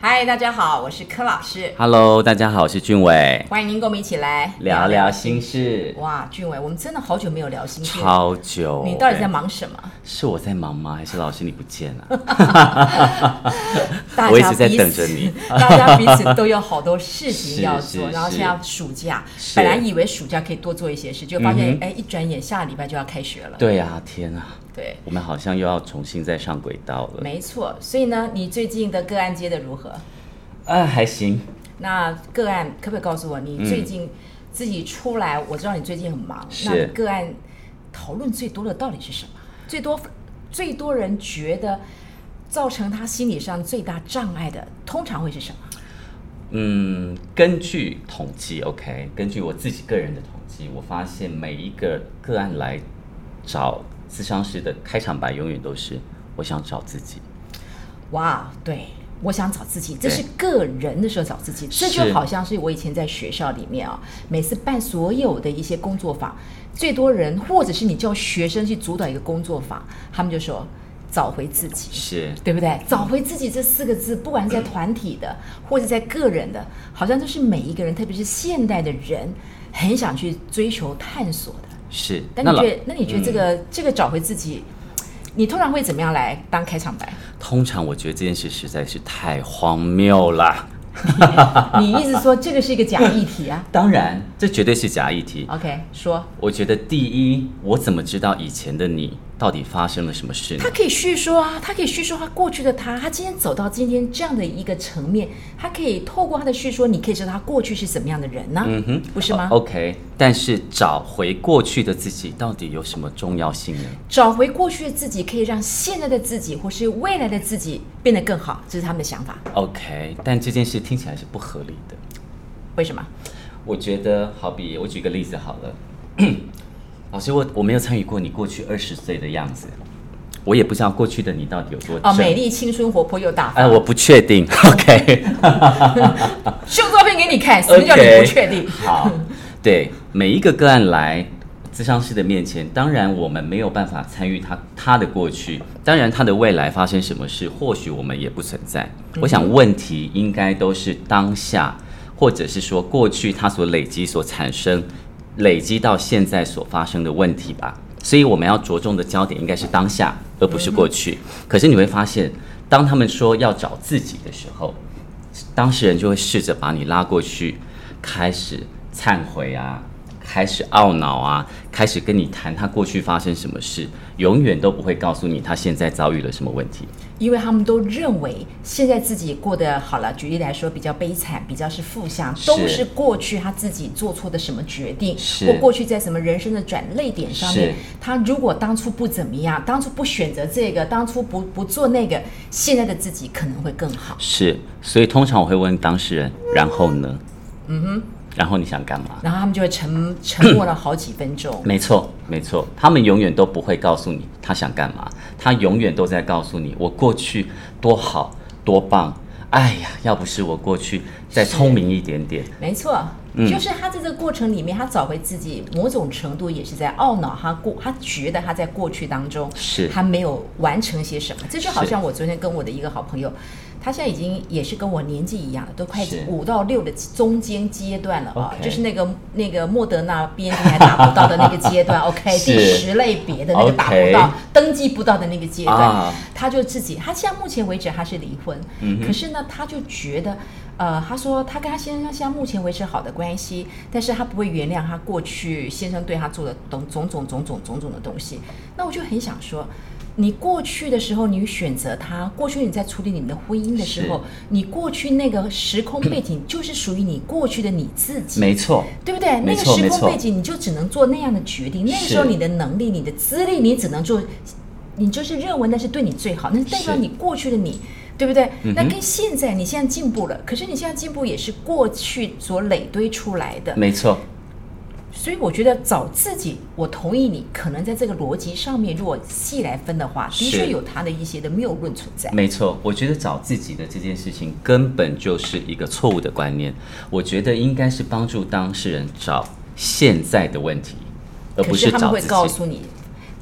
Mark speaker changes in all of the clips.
Speaker 1: 嗨，大家好，我是柯老师，
Speaker 2: Hello，大家好，我是俊伟，
Speaker 1: 欢迎您跟我们一起来
Speaker 2: 聊聊心事，
Speaker 1: 哇，俊伟，我们真的好久没有聊心事，
Speaker 2: 超久。
Speaker 1: 你到底在？忙什么？
Speaker 2: 是我在忙吗？还是老师你不见 了？
Speaker 1: 大
Speaker 2: 我一
Speaker 1: 家
Speaker 2: 直在
Speaker 1: 彼此，
Speaker 2: 等着你
Speaker 1: 大家彼此都有好多事情 要
Speaker 2: 是
Speaker 1: 做，
Speaker 2: 是
Speaker 1: 然后现
Speaker 2: 是
Speaker 1: 在暑假，
Speaker 2: 是嗯
Speaker 1: 本来以为暑假可以多做一些事，就发现哎、一转眼下礼拜就要开学了。
Speaker 2: 对啊，天啊，
Speaker 1: 对，
Speaker 2: 我们好像又要重新再上轨道了。
Speaker 1: 没错。所以呢，你最近的个案接的如何？
Speaker 2: 啊，还行。
Speaker 1: 那个案可不可以告诉我，你最近自己出来？我知道你最近很忙，
Speaker 2: 是
Speaker 1: 那你个案讨论最多的到底是什么？最多最多人觉得造成他心理上最大障碍的，通常会是什么？
Speaker 2: 嗯，根据统计，OK，根据我自己个人的统计，我发现每一个个案来找咨商师的开场白，永远都是我想找自己。
Speaker 1: 哇，对。我想找自己，这
Speaker 2: 对
Speaker 1: 是个人的时候找自己，这
Speaker 2: 是
Speaker 1: 就好像是我以前在学校里面啊，每次办所有的一些工作坊，最多人或者是你叫学生去主导一个工作坊，他们就说找回自己。
Speaker 2: 是，
Speaker 1: 对不对？找回自己这四个字，不管是在团体的，或者在个人的，好像都是每一个人，特别是现代的人，很想去追求探索的。
Speaker 2: 是。
Speaker 1: 但你
Speaker 2: 老
Speaker 1: 觉得，那你嗯觉得这个、这个找回自己，你通常会怎么样来当开场 白？
Speaker 2: 通常我觉得这件事实在是太荒谬了。
Speaker 1: 你意思说这个是一个假议题啊
Speaker 2: 当然，这绝对是假议题。
Speaker 1: ？OK，说
Speaker 2: 我觉得第一，我怎么知道以前的你到底发生了什么事呢
Speaker 1: 他？可以叙说啊，他可以叙说他过去的他，他今天走到今天这样的一个层面，他可以透过他的叙说，你可以知道他过去是什么样的人呢、嗯哼，不是吗？
Speaker 2: 哦 OK，但是找回过去的自己到底有什么重要性呢？
Speaker 1: 找回过去的自己，可以让现在的自己或是未来的自己变得更好，这是他们的想法。
Speaker 2: OK，但这件事听起来是不合理的。
Speaker 1: 为什么？
Speaker 2: 我觉得，好比我举个例子好了， 老师，我我没有参与过你过去二十岁的样子，我也不知道过去的你到底有多
Speaker 1: 哦，
Speaker 2: 正。
Speaker 1: 美丽、青春、活泼又大
Speaker 2: 哎、
Speaker 1: 方。
Speaker 2: 我不确定。OK，
Speaker 1: 秀照片给你看，什么叫你
Speaker 2: OK
Speaker 1: 不确定？
Speaker 2: 好，对每一个个案来咨商师的面前，当然我们没有办法参与他他的过去，当然他的未来发生什么事，或许我们也不存在。我想问题应该都是当下，或者是说过去他所累积、所产生、累积到现在所发生的问题吧。所以我们要着重的焦点应该是当下，而不是过去。可是你会发现，当他们说要找自己的时候，当事人就会试着把你拉过去，开始忏悔啊，开始懊恼啊，开始跟你谈他过去发生什么事，永远都不会告诉你他现在遭遇了什么问题。
Speaker 1: 因为他们都认为现在自己过得好了，举例来说比较悲惨，比较是负向，
Speaker 2: 是
Speaker 1: 都是过去他自己做错的什么决定，
Speaker 2: 是
Speaker 1: 或过去在什么人生的转泪点上面
Speaker 2: 是，
Speaker 1: 他如果当初不怎么样，当初不选择这个，当初不不做那个，现在的自己可能会更好。
Speaker 2: 是，所以通常我会问当事人，然后呢？嗯哼，然后你想干嘛？
Speaker 1: 然后他们就会沉沉默了好几分钟。
Speaker 2: 没错，没错，他们永远都不会告诉你他想干嘛，他永远都在告诉你我过去多好多棒，哎呀，要不是我过去再聪明一点点，
Speaker 1: 没错，
Speaker 2: 嗯
Speaker 1: 就是他在这个过程里面，他找回自己，某种程度也是在懊恼他过，他觉得他在过去当中
Speaker 2: 是
Speaker 1: 他没有完成些什么。这就好
Speaker 2: 是
Speaker 1: 像我昨天跟我的一个好朋友，他现在已经也是跟我年纪一样了，都快
Speaker 2: 是
Speaker 1: 五到六的中间阶段了啊
Speaker 2: OK
Speaker 1: 就是那个那个莫德纳 B N T 还打不到的那个阶 段，OK，
Speaker 2: 是
Speaker 1: 第十类别的那个打不
Speaker 2: OK
Speaker 1: 到、登记不到的那个阶段。
Speaker 2: 啊
Speaker 1: 他就自己，他现在目前为止他是离婚，可是呢，他就觉得，呃，他说他跟他先生现在目前维持好的关系，但是他不会原谅他过去先生对他做的种种种种种种种的东西。那我就很想说，你过去的时候，你选择他，过去你在处理你们的婚姻的时候
Speaker 2: 是，
Speaker 1: 你过去那个时空背景就是属于你过去的你自己，
Speaker 2: 没错，
Speaker 1: 对不对？那
Speaker 2: 没
Speaker 1: 个
Speaker 2: 错
Speaker 1: 时
Speaker 2: 没
Speaker 1: 空
Speaker 2: 错
Speaker 1: 背景，你就只能做那样的决定。那个
Speaker 2: 是
Speaker 1: 时候，你的能力、你的资历，你只能做，你就是认为那是对你最好，那是代表
Speaker 2: 是
Speaker 1: 你过去的你，对不对？
Speaker 2: 嗯
Speaker 1: 那跟现在，你现在进步了，可是你现在进步也是过去所累堆出来的。
Speaker 2: 没错。
Speaker 1: 所以我觉得找自己，我同意你，可能在这个逻辑上面，如果细来分的话，的
Speaker 2: 是
Speaker 1: 确有它的一些的谬论存在。
Speaker 2: 没错，我觉得找自己的这件事情根本就是一个错误的观念。我觉得应该是帮助当事人找现在的问题，而不
Speaker 1: 可是他们
Speaker 2: 找
Speaker 1: 会
Speaker 2: 自
Speaker 1: 告
Speaker 2: 己。
Speaker 1: 诉你，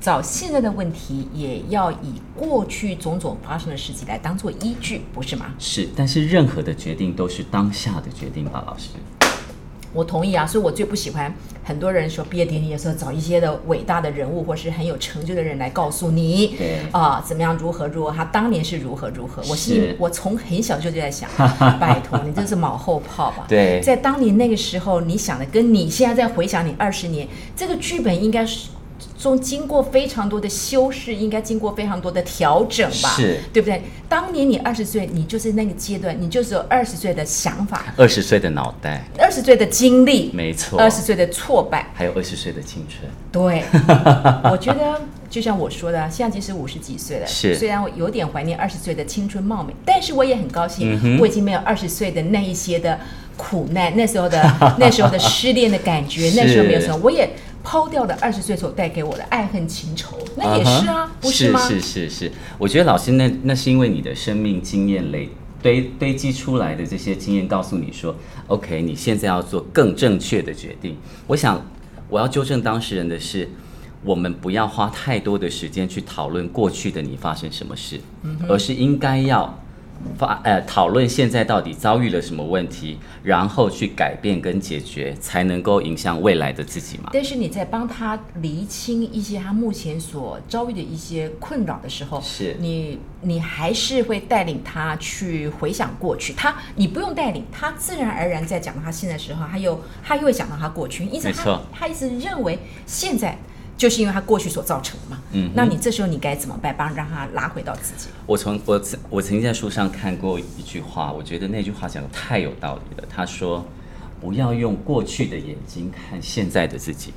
Speaker 1: 找现在的问题，也要以过去种种发生的事情来当做依据，不是吗？
Speaker 2: 是，但是任何的决定都是当下的决定吧，老师。
Speaker 1: 我同意啊，所以我最不喜欢很多人说毕业典礼的时候找一些的伟大的人物或是很有成就的人来告诉你
Speaker 2: 对，
Speaker 1: 啊、怎么样如何如何，他当年是如何如何。我心
Speaker 2: 是
Speaker 1: 里我从很小就就在想，拜托你这是马后炮吧？
Speaker 2: 对
Speaker 1: 在当年那个时候，你想的跟你现在在回想你二十年这个剧本应该是。中经过非常多的修饰，应该经过非常多的调整吧，
Speaker 2: 是
Speaker 1: 对不对？当年你二十岁，你就是那个阶段，你就是有二十岁的想法，
Speaker 2: 二十岁的脑袋，
Speaker 1: 二十岁的经历，
Speaker 2: 没错，
Speaker 1: 二十岁的挫败，
Speaker 2: 还有二十岁的青春，
Speaker 1: 对，我觉得就像我说的啊，现在其实五十几岁了，
Speaker 2: 是
Speaker 1: 虽然我有点怀念二十岁的青春貌美，但是我也很高兴，
Speaker 2: 嗯哼
Speaker 1: 我已经没有二十岁的那一些的苦难，那时候 的那时候的失恋的感觉，
Speaker 2: 是
Speaker 1: 那时候没有什么，我也抛掉了二十岁所带给我的爱恨情仇，那也是啊
Speaker 2: 哼
Speaker 1: 不是吗？
Speaker 2: 是是是是，我觉得老师那那是因为你的生命经验累堆堆积出来的这些经验，告诉你说，OK，你现在要做更正确的决定。我想我要纠正当事人的是。我们不要花太多的时间去讨论过去的你发生什么事，
Speaker 1: 嗯
Speaker 2: 而是应该要发呃讨论现在到底遭遇了什么问题，然后去改变跟解决，才能够影响未来的自己嘛。
Speaker 1: 但是你在帮他厘清一些他目前所遭遇的一些困扰的时候，
Speaker 2: 是
Speaker 1: 你你还是会带领他去回想过去。他你不用带领，他自然而然在讲到他现在的时候，他又他又会想到他过去，因此
Speaker 2: 没
Speaker 1: 他
Speaker 2: 错
Speaker 1: 他一直认为现在就是因为他过去所造成的嘛。
Speaker 2: 嗯哼
Speaker 1: 那你这时候你该怎么办？帮让他拉回到自己。
Speaker 2: 我从我曾我曾经在书上看过一句话，我觉得那句话讲的太有道理了。他说：“不要用过去的眼睛看现在的自己。”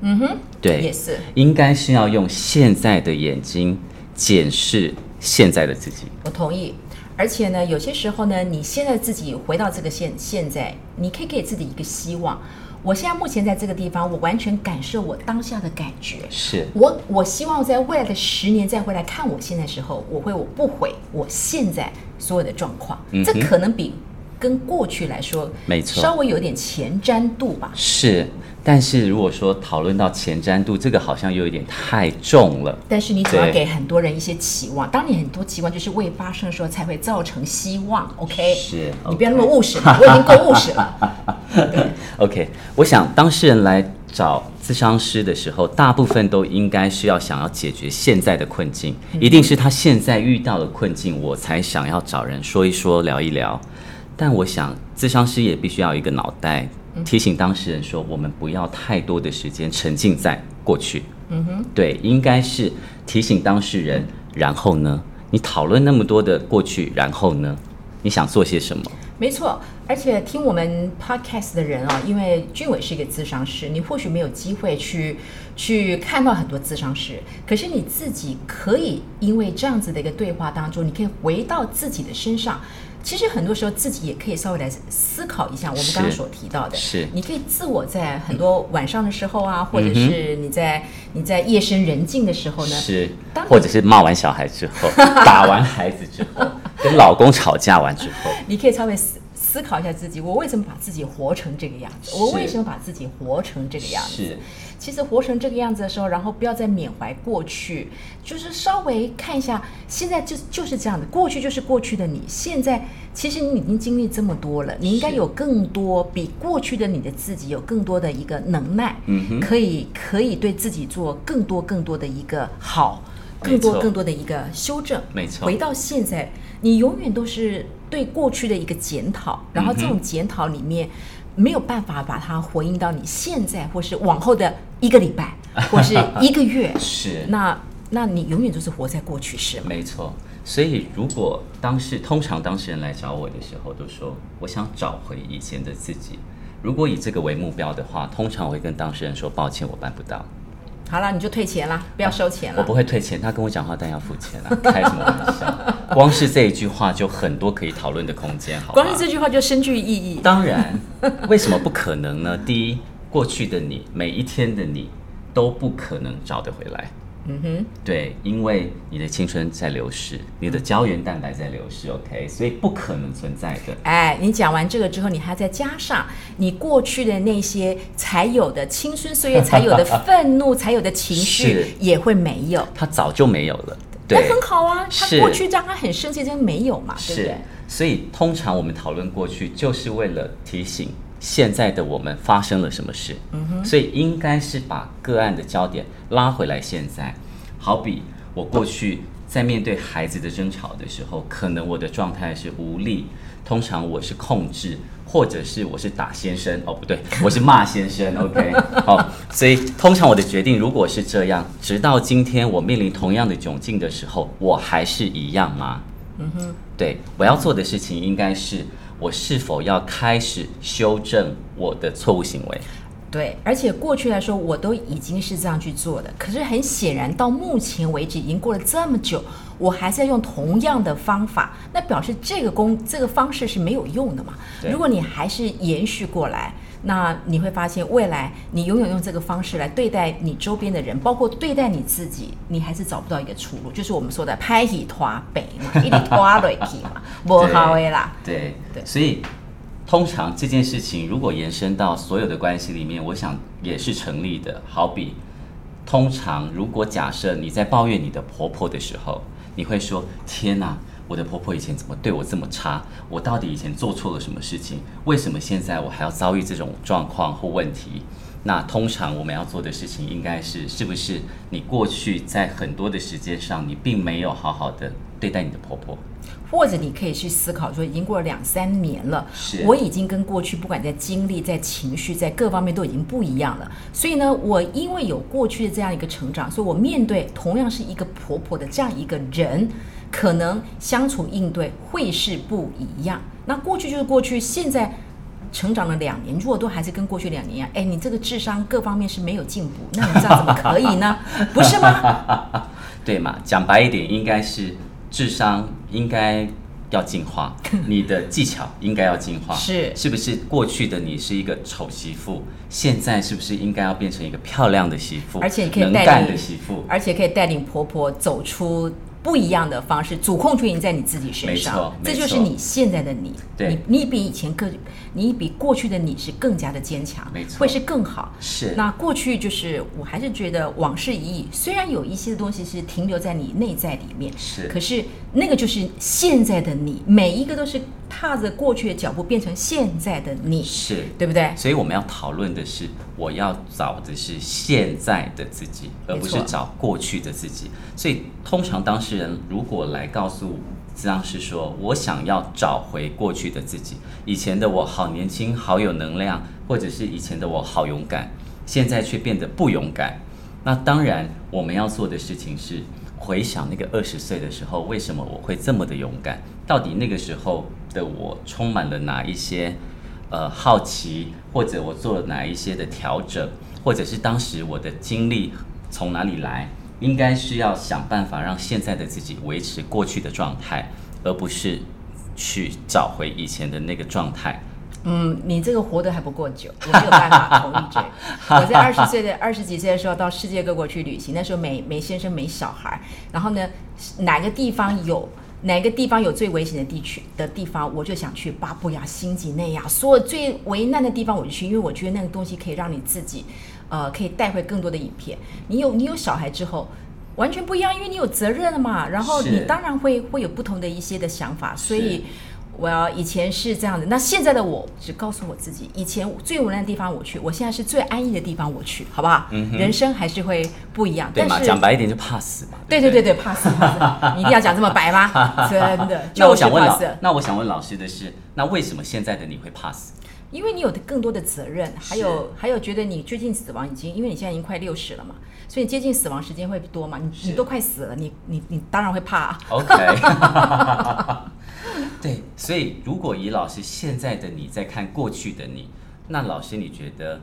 Speaker 1: 嗯哼，
Speaker 2: 对，
Speaker 1: 也是。
Speaker 2: 应该是要用现在的眼睛检视现在的自己。
Speaker 1: 我同意。而且呢，有些时候呢，你现在自己回到这个现现在，你可以给自己一个希望。我现在目前在这个地方，我完全感受我当下的感觉。
Speaker 2: 是
Speaker 1: 我我希望在未来的十年再回来看我现在的时候，我会我不悔我现在所有的状况。
Speaker 2: 嗯哼
Speaker 1: 这可能比跟过去来说，
Speaker 2: 没错
Speaker 1: 稍微有点前瞻度吧。
Speaker 2: 是，但是如果说讨论到前瞻度，这个好像又有点太重了。
Speaker 1: 但是你总要
Speaker 2: 对
Speaker 1: 给很多人一些期望，当你很多期望就是未发生的时候才会造成希望。OK，
Speaker 2: 是
Speaker 1: 你不要那么务实嘛，我已经够务实了。
Speaker 2: OK，我想当事人来找咨商师的时候，大部分都应该是要想要解决现在的困境，
Speaker 1: 嗯
Speaker 2: 一定是他现在遇到的困境，我才想要找人说一说、聊一聊。但我想，咨商师也必须要有一个脑袋，
Speaker 1: 嗯
Speaker 2: 提醒当事人说，我们不要太多的时间沉浸在过去。
Speaker 1: 嗯哼。
Speaker 2: 对，应该是提醒当事人，然后呢，你讨论那么多的过去，然后呢，你想做些什么？
Speaker 1: 没错，而且听我们 podcast 的人啊、因为俊伟是一个咨商师，你或许没有机会去去看到很多咨商师，可是你自己可以因为这样子的一个对话当中，你可以回到自己的身上。其实很多时候自己也可以稍微来思考一下我们刚刚
Speaker 2: 是
Speaker 1: 所提到的，
Speaker 2: 是嗯
Speaker 1: 你可以自我在很多晚上的时候啊，或者是你在你在夜深人静的时候呢，
Speaker 2: 是
Speaker 1: 当，然
Speaker 2: 或者是骂完小孩之 后，打完孩子之后，跟老公吵架完之后，
Speaker 1: 你可以稍微思思考一下自己，我为什么把自己活成这个样子？我
Speaker 2: 是
Speaker 1: 为什么把自己活成 这个样子？
Speaker 2: 是
Speaker 1: 其实活成这个样子的时候，然后不要再缅怀过去，就是稍微看一下，现在就就是这样的，过去就是过去的你，现在其实你已经经历这么多了，你应该
Speaker 2: 是
Speaker 1: 有更多比过去的你的自己有更多的一个能耐，
Speaker 2: 嗯哼
Speaker 1: 可以可以对自己做更多更多的一个好，
Speaker 2: 没
Speaker 1: 更多
Speaker 2: 错
Speaker 1: 更多的一个修正，
Speaker 2: 没错
Speaker 1: 回到现在，你永远都是对过去的一个检讨，然后这
Speaker 2: 嗯，
Speaker 1: 种检讨里面。没有办法把它回应到你现在，或是往后的一个礼拜，或是一个月
Speaker 2: 是
Speaker 1: 那那你永远就是活在过去式嘛。
Speaker 2: 没错。所以如果当事通常当事人来找我的时候，都说我想找回以前的自己。如果以这个为目标的话，通常我会跟当事人说抱歉，我办不到，
Speaker 1: 好了，你就退钱啦，不要收钱
Speaker 2: 我
Speaker 1: 了
Speaker 2: 不。会退钱。他跟我讲话，但要付钱啊，开什么玩 笑？光是这一句话就很多可以讨论的空间，好吗？
Speaker 1: 光是这句话就深具意义。
Speaker 2: 当然，为什么不可 能呢？第一，过去的你，每一天的你都不可能找得回来。
Speaker 1: 嗯哼，
Speaker 2: 对，因为你的青春在流逝，你的胶原蛋白在流逝，OK，所以不可能存在的。
Speaker 1: 哎，你讲完这个之后，你还再加上你过去的那些才有的青春岁月才有 的愤怒，才有的情绪
Speaker 2: 是
Speaker 1: 也会没有，
Speaker 2: 它早就没有了，
Speaker 1: 那
Speaker 2: 对，
Speaker 1: 很好啊。他
Speaker 2: 是
Speaker 1: 过去让他很生气，真的没有嘛，对不
Speaker 2: 是
Speaker 1: 对？。
Speaker 2: 所以通常我们讨论过去，就是为了提醒现在的我们发生了什么事。嗯、所以应该是把个案的焦点拉回来现在。好比我过去在面对孩子的争吵的时候，可能我的状态是无力，通常我是控制。或者是我是打先生哦，不对， 我是骂 先生，OK，好，所以通常我的决定如果是这样，直到今天我面临同样的窘境的时候，我还是一样吗？对，我要做的事情应该是我是否要开始修正我的错误行为。
Speaker 1: 对，而且过去来说，我都已经是这样去做的。可是很显然，到目前为止已经过了这么久，我还在用同样的方法，那表示这个工这个方式是没有用的嘛。
Speaker 2: 对
Speaker 1: 如果你还是延续过来，那你会发现未来你永远用这个方式来对待你周边的人，包括对待你自己，你还是找不到一个出路。就是我们说的拍戏拖背 嘛，一直拖落去嘛，不好的啦。
Speaker 2: 对，
Speaker 1: 对
Speaker 2: 所以通常这件事情如果延伸到所有的关系里面，我想也是成立的。好比，通常如果假设你在抱怨你的婆婆的时候，你会说：“天哪！”我的婆婆以前怎么对我这么差？我到底以前做错了什么事情？为什么现在我还要遭遇这种状况或问题？那通常我们要做的事情应该是，是不是你过去在很多的时间上，你并没有好好的对待你的婆婆？
Speaker 1: 或者你可以去思考说，已经过了两三年了
Speaker 2: 是，
Speaker 1: 我已经跟过去不管在经历、在情绪、在各方面都已经不一样了。所以呢，我因为有过去的这样一个成长，所以我面对同样是一个婆婆的这样一个人，可能相处应对会是不一样。那过去就是过去，现在。成长了两年，如果都还是跟过去两年一样，哎，你这个智商各方面是没有进步，那你这样怎么可以呢？不是吗？
Speaker 2: 对嘛？讲白一点，应该是智商应该要 进化，你的技巧应该要进化，
Speaker 1: 是
Speaker 2: 是不是？过去的你是一个丑媳妇，现在是不是应该要变成一个漂亮的媳妇，
Speaker 1: 而且你可以
Speaker 2: 能
Speaker 1: 带
Speaker 2: 干
Speaker 1: 领
Speaker 2: 的媳妇？
Speaker 1: 而且可以带领婆婆走出不一样的方式，主控权赢在你自己身
Speaker 2: 没
Speaker 1: 上
Speaker 2: 错，
Speaker 1: 这
Speaker 2: 没错
Speaker 1: 就是你现在的你。
Speaker 2: 对
Speaker 1: 你你比以前更，你比过去的你是更加的坚强，
Speaker 2: 没错
Speaker 1: 会是更好。
Speaker 2: 是
Speaker 1: 那过去就是，我还是觉得往事已矣，虽然有一些东西是停留在你内在里面，
Speaker 2: 是
Speaker 1: 可是那个就是现在的你，每一个都是踏着过去的脚步变成现在的你，
Speaker 2: 是，
Speaker 1: 对不对？
Speaker 2: 所以我们要讨论的是，我要找的是现在的自己，而不是
Speaker 1: 没错
Speaker 2: 找过去的自己。所以通常当事人如果来告诉咨商师说，我想要找回过去的自己，以前的我好年轻，好有能量，或者是以前的我好勇敢，现在却变得不勇敢。那当然，我们要做的事情是回想那个二十岁的时候，为什么我会这么的勇敢？到底那个时候的我充满了哪一些呃好奇，或者我做了哪一些的调整，或者是当时我的经历从哪里来？应该是要想办法让现在的自己维持过去的状态，而不是去找回以前的那个状态。
Speaker 1: 嗯，你这个活得还不够久，我没有办法同意这个。我在二十岁的二十几岁的时候到世界各国去旅行，那时候没没先生没小孩，然后呢，哪个地方有哪个地方有最危险的地区的地方，我就想去巴布亚新几内亚，所有最危难的地方我就去，因为我觉得那个东西可以让你自己，呃，可以带回更多的影片。你有你有小孩之后。完全不一样，因为你有责任了嘛，然后你
Speaker 2: 是
Speaker 1: 当然会会有不同的一些的想法，所
Speaker 2: 是
Speaker 1: 以我要以前是这样的，那现在的我只告诉我自己，以前最无奈的地方我去，我现在是最安逸的地方我去，好不好？人生还是会不一样，
Speaker 2: 嗯对嘛？
Speaker 1: 但是
Speaker 2: 讲白一点就怕死嘛。
Speaker 1: 对对对对，怕死怕死，你一定要讲这么白 吗？真的，
Speaker 2: 那
Speaker 1: 就
Speaker 2: 我
Speaker 1: 是
Speaker 2: 想问
Speaker 1: 怕
Speaker 2: 老
Speaker 1: 死，，
Speaker 2: 那我想问老师的是，那为什么现在的你会怕死？
Speaker 1: 因为你有更多的责任，还有还有觉得你接近死亡已经，因为你现在已经快六十了嘛，所以接近死亡时间会多嘛，你你
Speaker 2: 是
Speaker 1: 都快死了，你你你当然会怕、啊。
Speaker 2: OK，对，所以如果以老师现在的你在看过去的你，那老师你觉得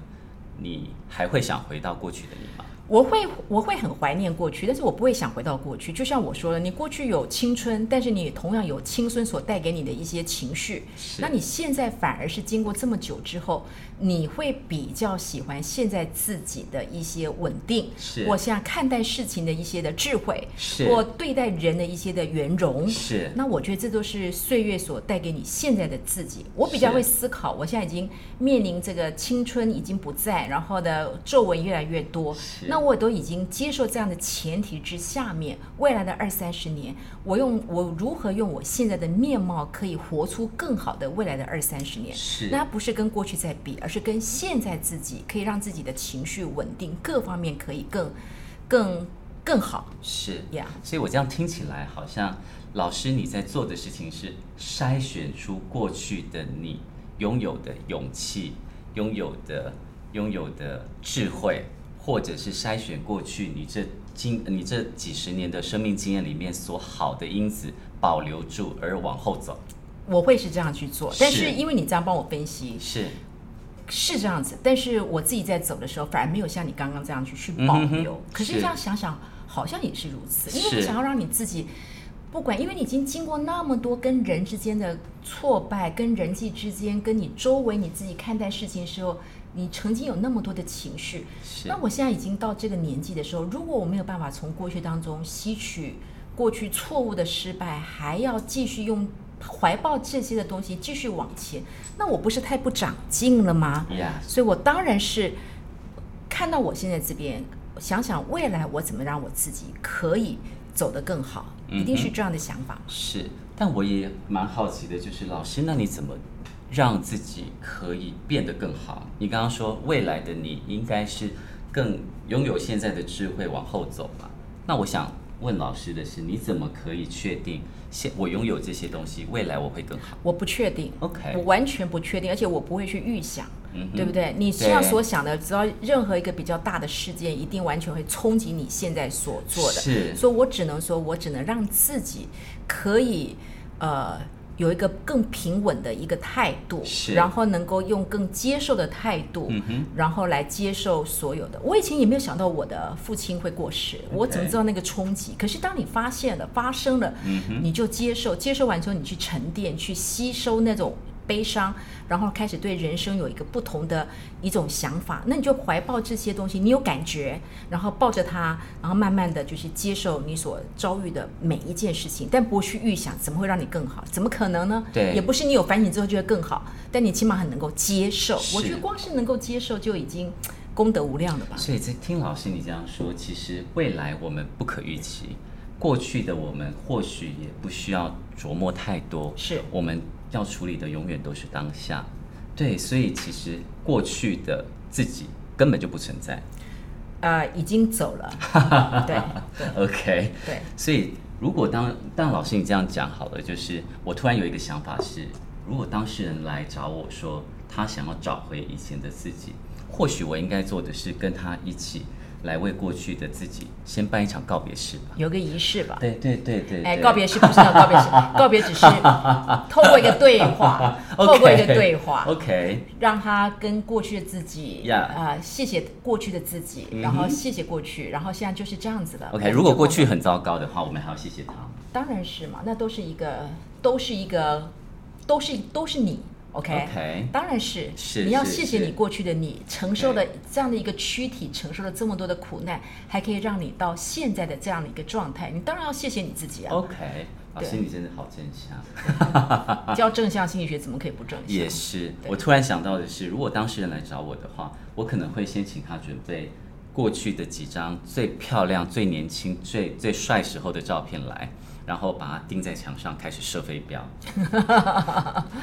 Speaker 2: 你还会想回到过去的你吗？
Speaker 1: 我会我会很怀念过去，但是我不会想回到过去。就像我说的，你过去有青春，但是你同样有青春所带给你的一些情绪。
Speaker 2: 是
Speaker 1: 那你现在反而是经过这么久之后，你会比较喜欢现在自己的一些稳定，
Speaker 2: 是
Speaker 1: 我像看待事情的一些的智慧，
Speaker 2: 是
Speaker 1: 我对待人的一些的圆融。
Speaker 2: 是
Speaker 1: 那我觉得这都是岁月所带给你现在的自己。我比较
Speaker 2: 是
Speaker 1: 会思考，我现在已经面临这个青春已经不在，然后呢皱纹越来越多
Speaker 2: 是，
Speaker 1: 那我都已经接受这样的前提之下面，未来的二三十年，我用我如何用我现在的面貌可以活出更好的未来的二三十年。
Speaker 2: 是
Speaker 1: 那它不是跟过去在比，而是跟现在自己，可以让自己的情绪稳定，各方面可以更、更、更好
Speaker 2: 是
Speaker 1: 呀。
Speaker 2: 所以我这样听起来，好像老师你在做的事情是筛选出过去的你拥有的勇气、拥有的拥有的智慧，或者是筛选过去你这经你这几十年的生命经验里面所好的因子保留住，而往后走。
Speaker 1: 我会是这样去做，但
Speaker 2: 是
Speaker 1: 是因为你这样帮我分析
Speaker 2: 是
Speaker 1: 是这样子，但是我自己在走的时候，反而没有像你刚刚这样去去保
Speaker 2: 嗯哼
Speaker 1: 留。
Speaker 2: 哼
Speaker 1: 可是
Speaker 2: 是
Speaker 1: 这样想想，好像也是如此，因
Speaker 2: 是
Speaker 1: 为你想要让你自己。不管，因为你已经经过那么多跟人之间的挫败，跟人际之间，跟你周围你自己看待事情的时候，你曾经有那么多的情绪，
Speaker 2: 是
Speaker 1: 那我现在已经到这个年纪的时候，如果我没有办法从过去当中吸取过去错误的失败，还要继续用怀抱这些的东西继续往前，那我不是太不长进了吗？
Speaker 2: 呀
Speaker 1: 所以我当然是看到我现在这边，想想未来我怎么让我自己可以走得更好，一定是这样的想法。
Speaker 2: 是，但我也蛮好奇的，就是老师，那你怎么让自己可以变得更好？你刚刚说未来的你应该是更拥有现在的智慧往后走嘛？那我想问老师的是，你怎么可以确定现我拥有这些东西，未来我会更好
Speaker 1: 我不确定
Speaker 2: OK
Speaker 1: 我完全不确定，而且我不会去预想，
Speaker 2: 哎嗯哼
Speaker 1: 对不对？你这样
Speaker 2: 对
Speaker 1: 所想的，只要任何一个比较大的事件，一定完全会冲击你现在所做的。
Speaker 2: 是
Speaker 1: 所以我只能说，我只能让自己可以，呃。有一个更平稳的一个态度
Speaker 2: 是，
Speaker 1: 然后能够用更接受的态度，
Speaker 2: 嗯哼
Speaker 1: 然后来接受所有的。我以前也没有想到我的父亲会过世，我怎么
Speaker 2: OK
Speaker 1: 知道那个冲击？可是当你发现了发生了，
Speaker 2: 嗯
Speaker 1: 你就接受，接受完之后你去沉淀，去吸收那种悲伤，然后开始对人生有一个不同的一种想法。那你就怀抱这些东西，你有感觉，然后抱着它，然后慢慢的就是接受你所遭遇的每一件事情，但不去预想怎么会让你更好，怎么可能呢？
Speaker 2: 对
Speaker 1: 也不是你有反省之后就会更好，但你起码很能够接受。我
Speaker 2: 是
Speaker 1: 觉得光是能够接受就已经功德无量了吧。
Speaker 2: 所以在听老师你这样说，其实未来我们不可预期，过去的我们或许也不需要琢磨太多，
Speaker 1: 是
Speaker 2: 我们要处理的永远都是当下。对，所以其实过去的自己根本就不存在。
Speaker 1: 呃，已经走了， 对
Speaker 2: OK，
Speaker 1: 对，
Speaker 2: 所以如果当当老师你这样讲好了，就是我突然有一个想法是，如果当事人来找我说他想要找回以前的自己，或许我应该做的是跟他一起来为过去的自己先办一场告别式吧。
Speaker 1: 有个仪式吧。
Speaker 2: 对对对对
Speaker 1: 哎，
Speaker 2: 对，
Speaker 1: 告别式不是那种告别式，告别只是透过一个对话 透过一个对话，
Speaker 2: OK，
Speaker 1: 让他跟过去的自己，
Speaker 2: Yeah 嗯
Speaker 1: 啊，谢谢过去的自己，然后谢谢过去，然后现在就是这样子的。
Speaker 2: OK，如果过去很糟糕的话，我们还要谢谢他。
Speaker 1: 当然是嘛，那都是一个，都是一个，都是都是你。OK，,
Speaker 2: OK
Speaker 1: 当然是，
Speaker 2: 是
Speaker 1: 你要
Speaker 2: 是
Speaker 1: 谢谢
Speaker 2: 是
Speaker 1: 你过去的你，承受了这样的一个躯体，承受了这么多的苦难，还可以让你到现在的这样的一个状态，你当然要谢谢你自己
Speaker 2: 哦
Speaker 1: 啊！
Speaker 2: OK，老师
Speaker 1: 对
Speaker 2: 你真的好真相。
Speaker 1: 教正向心理学怎么可以不正向？
Speaker 2: 也是，
Speaker 1: 对
Speaker 2: 我突然想到的是，如果当事人来找我的话，我可能会先请他准备过去的几张最漂亮、最年轻、最最帅时候的照片来，然后把它钉在墙上，开始射飞 镖，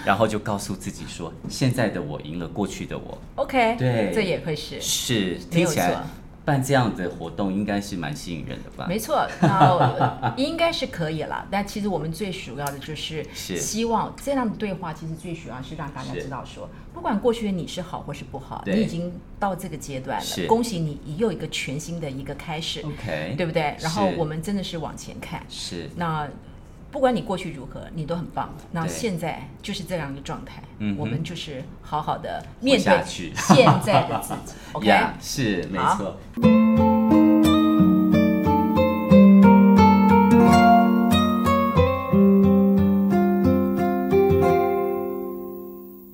Speaker 2: 然后就告诉自己说，现在的我赢了过去的我。
Speaker 1: OK，
Speaker 2: 对
Speaker 1: 这也会是。
Speaker 2: 是，
Speaker 1: 没
Speaker 2: 听
Speaker 1: 有
Speaker 2: 起
Speaker 1: 错
Speaker 2: 来办这样的活动应该是蛮吸引人的吧？
Speaker 1: 没错，那呃应该是可以了。 但其实我们最主要的就是
Speaker 2: 是
Speaker 1: 希望这样的对话，其实最主要是让大家
Speaker 2: 是
Speaker 1: 知道说，不管过去的你是好或是不好，
Speaker 2: 对
Speaker 1: 你已经到这个阶段
Speaker 2: 是
Speaker 1: 了，恭喜你，你又一个全新的一个开始，
Speaker 2: OK，
Speaker 1: 对不对？然后
Speaker 2: 是
Speaker 1: 我们真的是往前看，
Speaker 2: 是，
Speaker 1: 那不管你过去如何，你都很棒。那
Speaker 2: 对
Speaker 1: 现在就是这样一个状态，
Speaker 2: 嗯哼
Speaker 1: 我们就是好好的面
Speaker 2: 下
Speaker 1: 对
Speaker 2: 去
Speaker 1: 现在的自己。OK，
Speaker 2: 呀，是没
Speaker 1: 好
Speaker 2: 错。